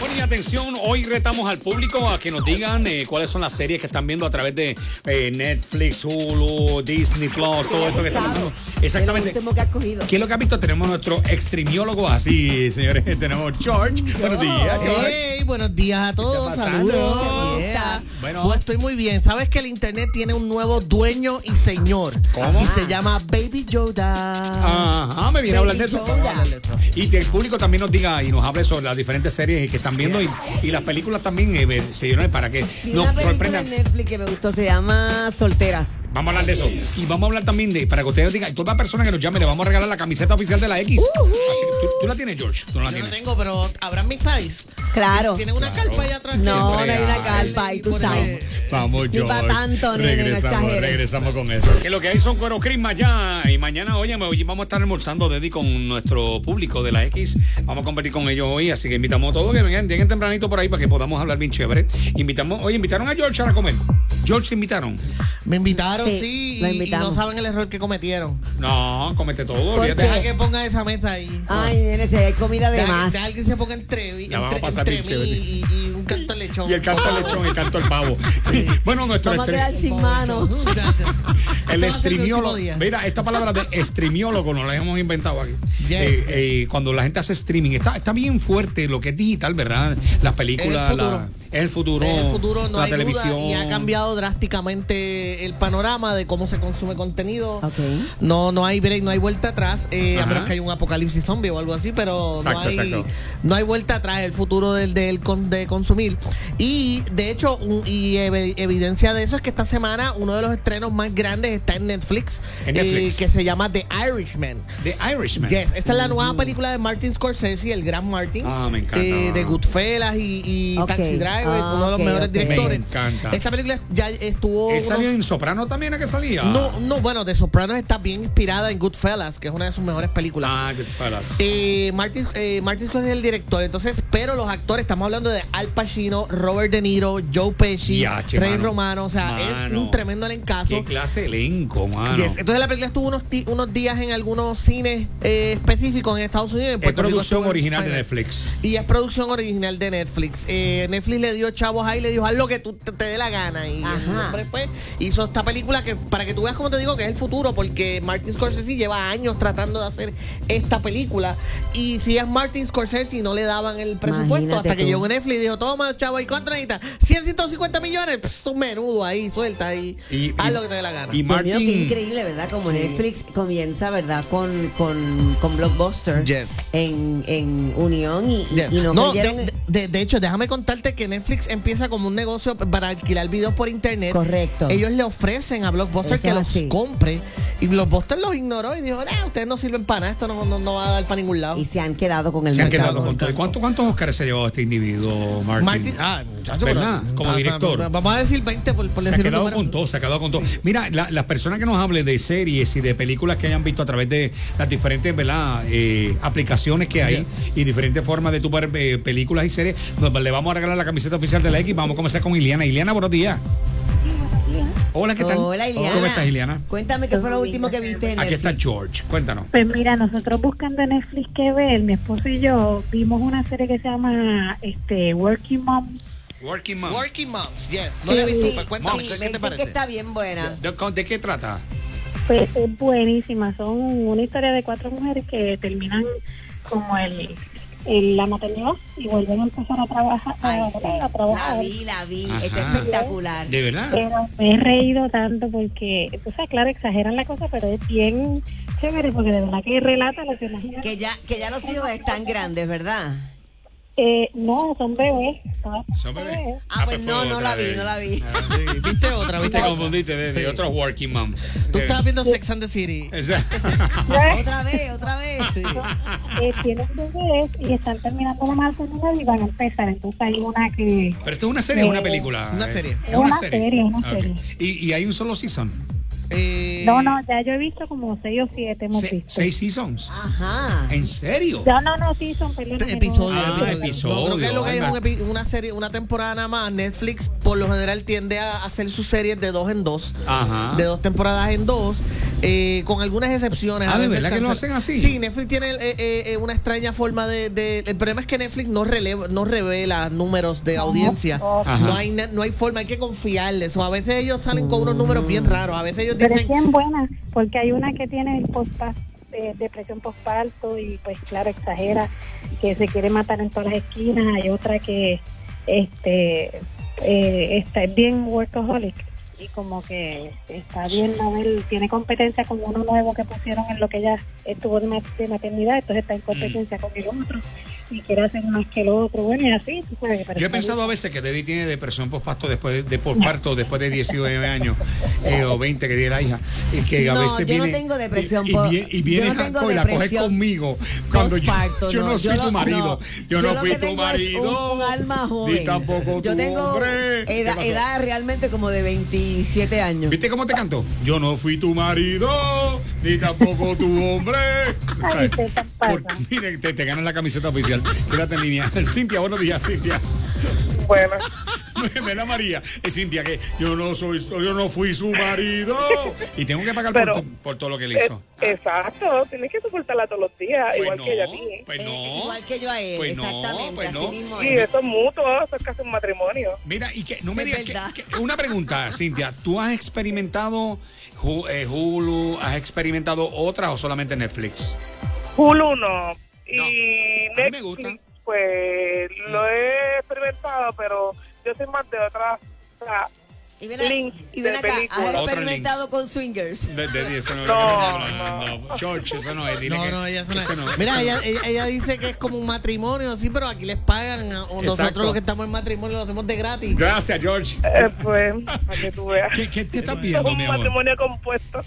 Bueno, y atención, hoy retamos al público a que nos digan eh, cuáles son las series que están viendo a través de eh, Netflix, Hulu, Disney Plus, todo esto que está pasando. Exactamente. El último que has cogido. ¿Qué es lo que has visto? Tenemos nuestro extremiólogo así, señores. Tenemos George. Buenos días, George. Hey, buenos días a todos. está pasando? Saludos. ¿Qué Yeah. estás? Bueno. Pues estoy muy bien. Sabes que el internet tiene un nuevo dueño y señor. ¿Cómo? Y se llama Baby Yoda. Ajá, me viene a hablar de eso. Baby Yoda. Y que el público también nos diga y nos hable sobre las diferentes series que están viendo y, y las películas también, eh, ver, señores, para que Vi una nos película sorprendan. en Netflix que me gustó, se llama Solteras. Vamos a hablar de eso. Y vamos a hablar también de, para que ustedes digan, toda persona que nos llame, le vamos a regalar la camiseta oficial de la X. Uh-huh. Así que tú, tú la tienes, George. Tú no la Yo no tienes. tengo, pero habrán mis size. Claro. ¿Tienen una calpa allá atrás? No, no hay una calpa, y tú Por el- sabes. Vamos, Ni pa' tanto, nene, no exageres. regresamos con eso. Que lo que hay son cueros crismas ya. Y mañana, oye, me- vamos a estar almorzando Dedi con nuestro público de la X. Vamos a compartir con ellos hoy. Así que invitamos a todos que vengan, lleguen tempranito por ahí para que podamos hablar bien chévere. Invitamos, oye, invitaron a George ahora a comer. George, ¿te invitaron? Me invitaron, Sí, sí, lo y- y, no invitamos. saben el error que cometieron. No, comete todo. ¿Por olvídate. Deja que ponga esa mesa ahí. Ay, nene, se ve comida de Deja, más. deja que alguien se ponga entre, entre, La vamos a pasar bien entre mí chévere. y, y un canto de lechón. Y el canto al lechón, el canto al pavo. bueno, nuestro Vamos a estre- quedar sin mano. El streamiólogo streamiólogo. Mira, esta palabra de streamiólogo no la hemos inventado aquí. Yes. Eh, eh, cuando la gente hace streaming, está, está bien fuerte lo que es digital, ¿verdad? Las películas, Es el futuro. la- es el futuro, En el futuro no la hay televisión. duda y ha cambiado drásticamente el panorama de cómo se consume contenido. Ok. No, no hay break, no hay vuelta atrás, eh, a Ajá. menos que haya un apocalipsis zombie o algo así, pero Exacto, no, hay, exacto. no hay vuelta atrás el futuro del, del con- de consumir. Y de hecho, un- y ev- evidencia de eso es que esta semana uno de los estrenos más grandes está en Netflix, eh, En Netflix. que se llama The Irishman. The Irishman. Yes, esta es la nueva película de Martin Scorsese, el gran Martin. Mm. Ah, me encanta. eh, de Goodfellas y, y Ok. Taxi Driver, Ah, uno de los ok, mejores ok. directores. Me encanta. Esta película ya estuvo. Él salió unos- en Soprano también, ¿a que salía? no, no, bueno, The Sopranos está bien inspirada en Goodfellas, que es una de sus mejores películas. Ah, Goodfellas. Eh, Martin, eh, Martin Scorsese es el director, entonces, pero los actores, estamos hablando de Al Pacino, Robert De Niro, Joe Pesci, Yache, Rey mano. Romano, o sea, es Mano. un tremendo elencazo. Qué clase de elenco, mano. Yes. Entonces la película estuvo unos, ti- unos días en algunos cines eh, específicos en Estados Unidos. y en es Puerto Rico producción estuvo en original de España. Netflix. Y es producción original de Netflix. Eh, Netflix le dio chavos ahí, le dijo, haz lo que tú te, te dé la gana. Y Ajá. el hombre fue, hizo esta película que, para que tú veas como te digo, que es el futuro, porque Martin Scorsese lleva años tratando de hacer esta película. Y si es Martin Scorsese, no le daban el presupuesto Imagínate hasta que tú. llegó Netflix y dijo, toma, chavo, ¿y cuánto necesitas? 100, 150 millones. Pss, un menudo ahí, suelta ahí. Y- haz y- lo que te dé la gana. Y Dios mío, qué Martin. increíble, ¿verdad? Como Sí. Netflix comienza, ¿verdad? Con, con, con Blockbuster Yes. en, en unión y, y- Yeah. y no, No, creyeron- de, de- de hecho, déjame contarte que Netflix empieza como un negocio para alquilar videos por internet. Correcto. Ellos le ofrecen a Blockbuster Eso que es los así. compre. Y Blockbuster los ignoró y dijo, "Nah, ustedes no sirven para nada, esto no, no- no va a dar para ningún lado. y se han quedado con el Se han mercado. quedado con todo. ¿Y ¿Cuántos, ¿Cuántos Oscars se ha llevado este individuo, Martin, ah, muchacho, ¿Verdad? pero- Pues Como ah, director. Vamos a decir 20 por, por Se ha decir un quedado número. con todo, se ha quedado con todo. Mira, la- las personas que nos hablen de series y de películas que hayan visto a través de las diferentes ¿verdad? Eh, aplicaciones que hay y diferentes formas de tu ver eh, películas y series, nos, le vamos a regalar la camiseta oficial de la X. Vamos a comenzar con Iliana. Iliana, buenos días. Hola, Ah, ¿qué tal? Hola, Iliana. ¿Cómo estás, Iliana? Cuéntame qué fue lo último que viste en Aquí Netflix. está George. Cuéntanos. Pues mira, nosotros buscando en Netflix qué ver, mi esposo y yo vimos una serie que se llama este Working Mom. Working Mom. Working Moms, yes. No le vi Sí, super. Cuéntame, sí, ¿qué- me ¿qué te dicen parece? que está bien buena. ¿De, con- de qué trata? Pues es buenísima, son una historia de cuatro mujeres que terminan como el, el- la maternidad y vuelven a empezar a trabajar. a Ay, sí. volver Ah, a La trabajar. vi, la vi. Ajá. Está espectacular. ¿De Oh. verdad? Pero me he reído tanto porque, o sea, claro, exageran la cosa, pero es bien chévere porque de verdad que relata lo que imaginas. Que ya, que ya los hijos están grandes, ¿verdad? Eh, no, son bebés. todas Son bebés. Ah, pues no, fue no la otra vi, de- no la vi. Ah, sí, ¿Viste otra? ¿Viste Te otra? confundiste de, de Sí. otros Working Moms. Tú Eh, estabas viendo Sex and the City. o sea, Otra vez, otra vez. Sí. eh, tienen bebés y están terminando la maternidad y van a empezar. Entonces hay una que Pero esto es una serie o una película. Una Eh, serie. es una serie, una Ok. serie. ¿Y, y hay un solo season. Eh, No, no, ya yo he visto como seis o siete hemos Se- visto. seis seasons. Ajá. ¿En serio? No, no, no, sí, son perdón. Este episodio, Ah, episodio. episodio, No, creo que lo que hay es anda. un epi- una serie, una temporada nada más. Netflix por lo general tiende a hacer sus series de dos en dos, Ajá. de dos temporadas en dos. eh, con algunas excepciones. Ah, A ¿de veces verdad que lo hacen cancel- así? Sí, Netflix tiene eh, eh, eh, una extraña forma de, de- El problema es que Netflix no, releva- no revela números de audiencia. Ajá. No hay, na- no hay forma, hay que confiarles. O a veces ellos salen con unos números Mm. bien raros. A veces ellos Pero es dicen... bien buena, porque hay una que tiene el postpas- eh, depresión postparto y pues claro, exagera, que se quiere matar en todas las esquinas, hay otra que este eh, está es bien workaholic y como que está bien Nobel, tiene competencia con uno nuevo que pusieron en lo que ella estuvo de, ma- de maternidad, entonces Mm. está en competencia con el otro y quiere hacer más que el otro, bueno y así, tú sabes, pero Yo he está pensado a bien. veces que Deddy tiene depresión postparto después de, de postparto, después de 19 años eh, o 20 que tiene la hija. Y que a No, veces yo no viene, tengo depresión Y, y po- vie- y yo viene no Jaco tengo y la coge depresión conmigo. Cuando yo, Postparto, yo no, soy lo- tu marido. yo, no lo fui que tu tengo es marido. Un, un alma joven. Ni tampoco Yo tu tengo hombre. ¿Qué edad, pasó? edad realmente como de 27 años. ¿Viste cómo te canto? Yo no fui tu marido, ni tampoco tu hombre. Ay, te estás Por- pasando. miren, te, te ganas la camiseta oficial. Quédate en línea. Cintia, buenos días, Cintia. Bueno, Mira María, es Cintia que yo no soy, yo no fui su marido y tengo que pagar Pero, por, to- por todo lo que le hizo. Ah, eh, exacto, tienes que soportarla todos los días, pues igual no, que ella a ti. pues Eh, no. igual que yo a él, Pues no, exactamente. pues así no. mismo Y es. eso es mutuo, eso es casi un matrimonio. Mira y que no me Es digas que- verdad. que- una pregunta, Cintia, ¿tú has experimentado Ju- eh, Hulu, has experimentado otras o solamente Netflix? Hulu no. Y No, a mí me Netflix, gusta. Mm. pues lo he experimentado, pero yo soy más de otras. o sea, Y ven, a- Links y ven de acá, películas. has Otros experimentado links. con swingers. De, de- eso no, No, George, eso no es. dile No, que- no, ella es una- eso no es, Mira, eso ella, no es. ella, ella dice que es como un matrimonio, sí, pero aquí les pagan. a- o Exacto. Nosotros los que estamos en matrimonio lo hacemos de gratis. Gracias, George. eh, pues, para que tú veas. ¿Qué, qué te estás Es viendo, mi un amor? matrimonio compuesto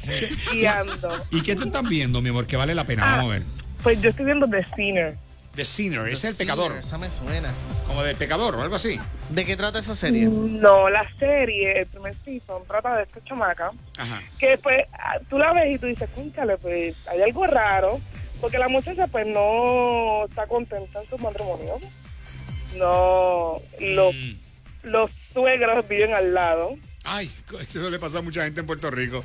y ando. ¿Y qué te estás viendo, mi amor? Que vale la pena. Vamos a ver. Pues yo estoy viendo The Sinner. The Sinner, ese es el pecador. Esa me suena. Como del pecador o algo así. ¿De qué trata esa Mm, serie? No, la serie, el primer season, trata de esta chamaca Ajá. que pues ah, tú la ves y tú dices, cúnchale, pues hay algo raro, porque la muchacha pues no está contenta en su matrimonio. No, los, Mm. los suegros viven al lado. Ay, eso le pasa a mucha gente en Puerto Rico.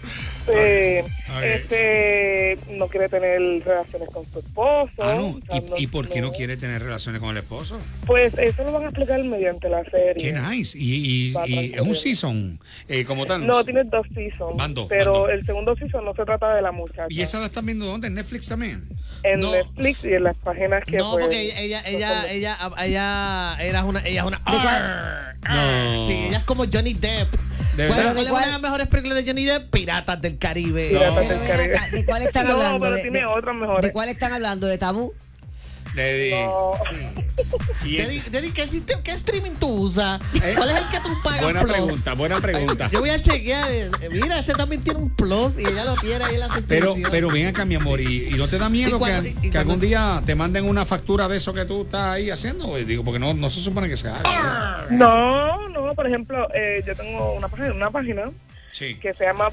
Eh, Ah, ok. Este no quiere tener relaciones con su esposo. Ah, o no. sea, ¿Y, y por qué no quiere tener relaciones con el esposo? Pues eso lo van a explicar mediante la Qué serie. nice. Y, y- Va, y es un tranquilo. season eh, como tal. No, tiene dos seasons. Van dos, pero van dos. el segundo season no se trata de la muchacha. ¿Y esa la están viendo dónde? ¿En Netflix también? en No. Netflix y en las páginas que No, pues, porque ella, ella, ella, ella, ella era una, ella es una. Arr, No. arr. Sí, ella es como Johnny Depp. ¿De ¿Cuál, verdad? cuál es una de las mejores películas de Johnny Depp? Piratas del Caribe. Piratas Pero del ven Caribe. acá, ¿De cuál están No, hablando? pero de, tiene de- otras mejores. ¿De cuál están hablando? ¿De tabú? De- de- no. y- Deddy, Deddy, ¿qué, sitio- qué streaming tú usas? Eh, ¿Cuál es el que tú pagas? buena Plus? pregunta, buena pregunta. Yo voy a chequear. eh, Mira, este también tiene un plus y ella lo tiene ahí en la Pero, suscripción. pero ven acá, mi amor, ¿y, y no te da miedo ¿Y cuándo- que, y que cuándo- algún día te manden una factura de eso que tú estás ahí haciendo? Y Digo, porque no, no se supone que se haga. No, no, por ejemplo, eh, yo tengo una página, una página Sí. que se llama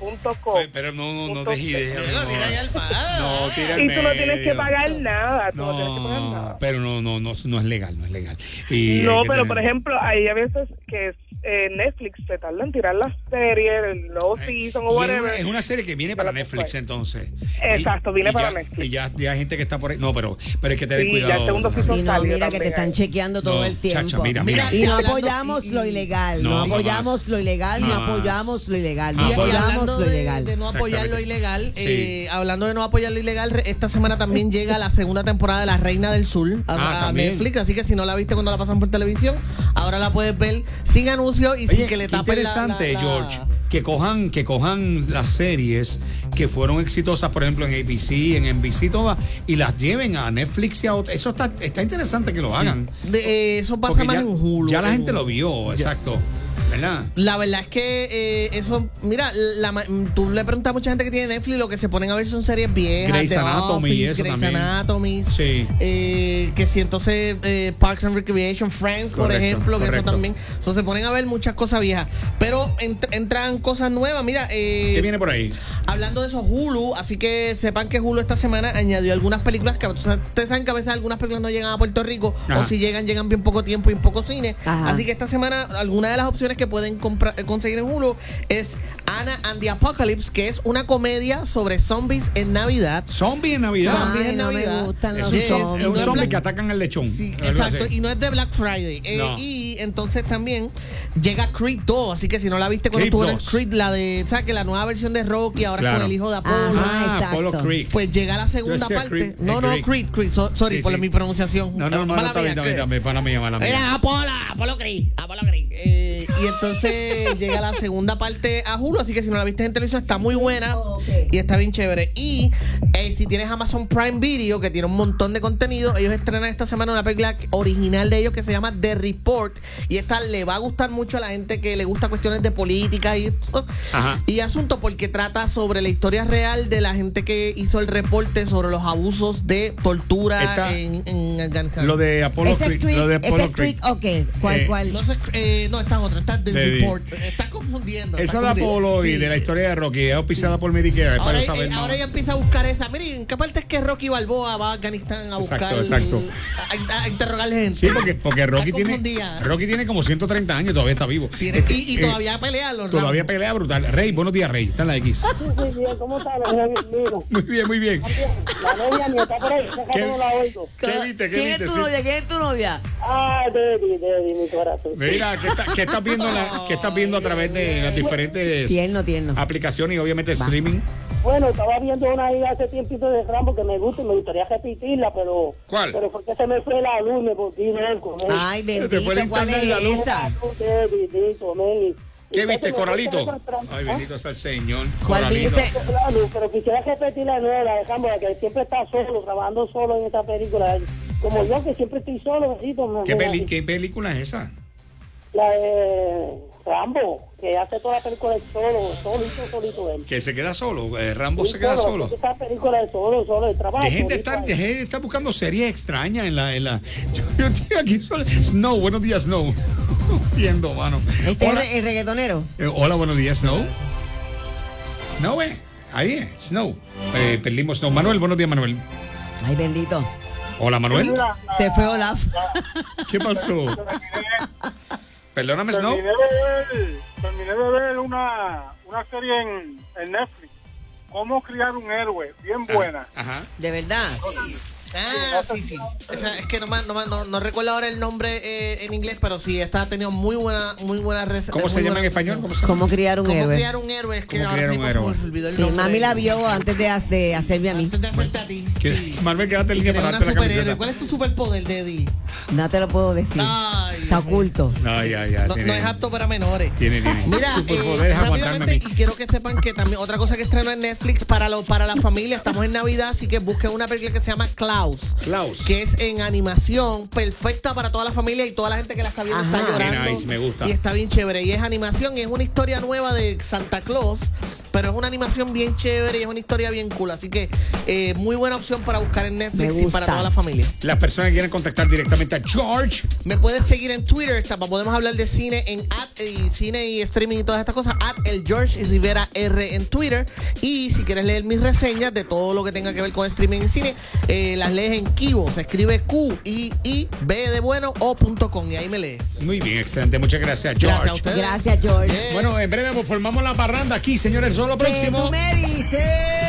peliplus.com Pero, pero no, no, no des idea. Pero lo tiene ahí al ¿eh? No, no, tira al y tú no tienes medio. que pagar nada, tú no, tienes que pagar No, nada. pero no, no, no, no es legal, no es legal. Y eh, hay no, que pero tener- por ejemplo, hay a veces que eh, Netflix se tarda en tirar las series, el nuevo Eh, season y o es whatever. una- es una serie que viene para Pero, pues, Netflix entonces. Exacto, viene para ya- Netflix. Y ya, ya hay gente que está por ahí. No, pero, pero hay que tener Sí, ya el cuidado. segundo ¿no? season Sí, no, salió mira que te también están ahí. chequeando todo No, el tiempo. chacha, mira, mira. Y no hablando- apoyamos y- lo ilegal, no, No, jamás. apoyamos lo ilegal, no Jamás. apoyamos lo ilegal, no Ah, Y, y apoyamos hablando lo de, ilegal. de no apoyar lo Exactamente. ilegal, Sí. eh, hablando de no apoyar lo ilegal, re- esta semana también llega la segunda temporada de La Reina del Sur a, Ah, a también. Netflix, así que si no la viste cuando la pasan por televisión, ahora la puedes ver sin anuncios y Oye, sin que le qué tapen la- la- interesante, la- George, que cojan, que cojan las series que fueron exitosas, por ejemplo, en ABC, en NBC, todas, y las lleven a Netflix y a otras. Eso está, está interesante que lo hagan. De, eh, eso pasa Porque más ya, en Hulu. ya la en gente Hulu. lo vio, exacto. ¿Verdad? La verdad es que eh, eso, mira, la, ma- tú le preguntas a mucha gente que tiene Netflix, lo que se ponen a ver son series viejas. Grey's The Anatomy y eso Grey's también. Anatomy. Sí. Eh, que si entonces eh, Parks and Recreation, Friends, por Correcto, ejemplo, que correcto. eso también. So, se ponen a ver muchas cosas viejas. Pero ent- entran cosas nuevas, mira. eh, ¿Qué viene por ahí? Hablando de eso, Hulu, así que sepan que Hulu esta semana añadió algunas películas que o sea, ustedes saben que a veces algunas películas no llegan a Puerto Rico Ajá. o si llegan, llegan bien poco tiempo y en poco cine. Ajá. Así que esta semana algunas de las opciones que que pueden compra- conseguir en Hulu es Anna and the Apocalypse, que es una comedia sobre zombies en Navidad. Zombie en Navidad. Zombie. Ay, no me Navidad. gustan Es los un, Sí, zom- es un no es zombie blanco. que atacan al lechón. Sí, algo exacto. así. Y no es de Black Friday. Eh, No. Y entonces también llega Creed 2. Así que si no la viste cuando Creed estuvo en el 2. Creed, la de, ¿sabes? Que la nueva versión de Rocky, ahora Claro. con el hijo de Apolo. Ah, Exacto. Apollo Creek. Pues llega la segunda decía parte. Creed, eh, no, no, Creed. Creed, Creed. So- sorry Sí, por sí. mi pronunciación. Eh, no, no, no, Mala está bien, mía, está bien, está Creed. bien, para mí, para mí. Era Apola, Apolo Creed, Apolo Creed. Eh, y entonces llega la segunda parte a Hulu, así que si no la viste en televisión está muy buena Ok. y está bien chévere. Y eh, si tienes Amazon Prime Video, que tiene un montón de contenido, ellos estrenan esta semana una película original de ellos que se llama The Report. Y esta le va a gustar mucho a la gente que le gusta cuestiones de política y, Ajá. y asunto porque trata sobre la historia real de la gente que hizo el reporte sobre los abusos de tortura Esta- en, en Afganistán. Lo de Apollo Ese Creek. Creek, Lo de ese Apollo Creek, Creek. ok. ¿Cuál, Eh, cuál? No, se- eh, no, esta es otra, esta es del De- report. Estás confundiendo. Esa estás de confundiendo. Apolo y Sí. de la historia de Rocky es auspiciada por Medicare. es para Ahora, yo saber, eh, no. ahora ella empieza a buscar esa. Mire, ¿en qué parte es que Rocky Balboa va a Afganistán a Exacto, buscar. exacto. A, a- a interrogarle gente? Sí, porque, porque Rocky Está tiene confundida. Rocky tiene como 130 años y todavía está vivo. Tiene- Este, y, y eh, todavía pelea los todavía Rambo. pelea brutal. Rey, buenos días, Rey. Está en la X. Muy bien, ¿cómo estás? Mira, Muy bien, muy bien. la novia ni está por ahí, esa ¿Qué- que no la oigo. ¿Qué viste? ¿Qué ¿Quién viste? es tu Sí. novia? ¿Quién es tu novia? Ah, Debbie, Debbie, mi corazón. Mira, ¿qué, está- qué estás viendo, en la- qué estás viendo a través de las diferentes Tierno, tierno. aplicaciones y obviamente streaming? Bueno, estaba viendo una idea hace tiempito de Rambo que me gusta y me gustaría repetirla, pero... ¿Cuál? Pero porque se me fue la luz, me volví loco. ¿no? Ay, bendito, Ah, fue el ¿cuál internet es en la luz. esa? Qué bendito, men. Y ¿Qué ya se viste, me Coralito? fue esa otra- Ay, bendito sea el Señor. ¿Cuál Coralito. viste? Claro, pero quisiera repetir la nueva, dejamos la que siempre está solo, trabajando solo en esta película. Como yo que siempre estoy solo, bendito, me- ¿Qué, me- peli- qué película es esa? La de Rambo, que hace toda la película él solo, solito, solito él. ¿Que se queda solo? eh, ¿Rambo Él se queda solo? hace Esta película es solo, solo, el trabajo. Dejen de estar, dejen de estar buscando series extrañas en la, en la. Yo, yo estoy aquí solo. Snow, buenos días, Snow. Viendo, mano. Este es Hola, el reggaetonero. eh, hola, buenos días, Snow. Snow, eh. Ahí eh, Snow. Eh, perdimos Snow. Manuel, buenos días, Manuel. Ay, bendito. Hola, Manuel. Se fue Olaf. ¿Qué pasó? Perdóname, Snow. Terminé de ver, terminé de ver una, una serie en, en Netflix, Cómo criar un héroe, bien buena. Ajá. De verdad. Ah, sí, sí. O sea, es que no, me- no, me- no- no recuerdo ahora el nombre eh, en inglés, pero sí, esta ha tenido muy buena, muy buena rec- ¿Cómo muy se llama en buena español? ¿Cómo recepción. se llama? ¿Cómo criar un ¿Cómo héroe? criar un héroe? Es que ¿Cómo ahora criar un mismo se me héroe? olvidó el Sí, nombre. mami la vio antes de, ha- de hacerme a mí. Antes de hacerte a ti. ¿Qué- sí. Manuel, quédate en línea Eres para una darte la superhéroe. camiseta. ¿Cuál es tu superpoder, Deddy? No te lo puedo decir. Ay, Está Dios mío. oculto. No, ya, ya. No, tiene, no es apto para menores. Tiene, tiene. Mira, Superpoder es eh, aguantarme a rápidamente, mí. y quiero que sepan que también otra cosa que estrenó en Netflix para lo, para la familia, estamos en Navidad, así que busquen una película que se llama Klaus. Klaus. Que es en animación, perfecta para toda la familia y toda la gente que la está viendo Ajá. está llorando. Qué nice, me gusta. Y está bien chévere. Y es animación y es una historia nueva de Santa Claus, pero es una animación bien chévere y es una historia bien cool. Así que eh, muy buena opción para buscar en Netflix Me y para gusta. toda la familia. Las personas que quieran contactar directamente a George. Me puedes seguir en Twitter, tapa, podemos hablar de cine en at, eh, y cine y streaming y todas estas cosas, at el George y Rivera R en Twitter. Y si quieres leer mis reseñas de todo lo que tenga que ver con streaming y cine, eh, las lees en Kibo, se escribe Q I I B de bueno o punto com y ahí me lees. Muy bien, excelente. Muchas gracias, George. Gracias a ustedes. Gracias, George. Yeah. pues, Bueno, en breve formamos la parranda aquí, señores. Solo Que Eh, próximo. tú me dices.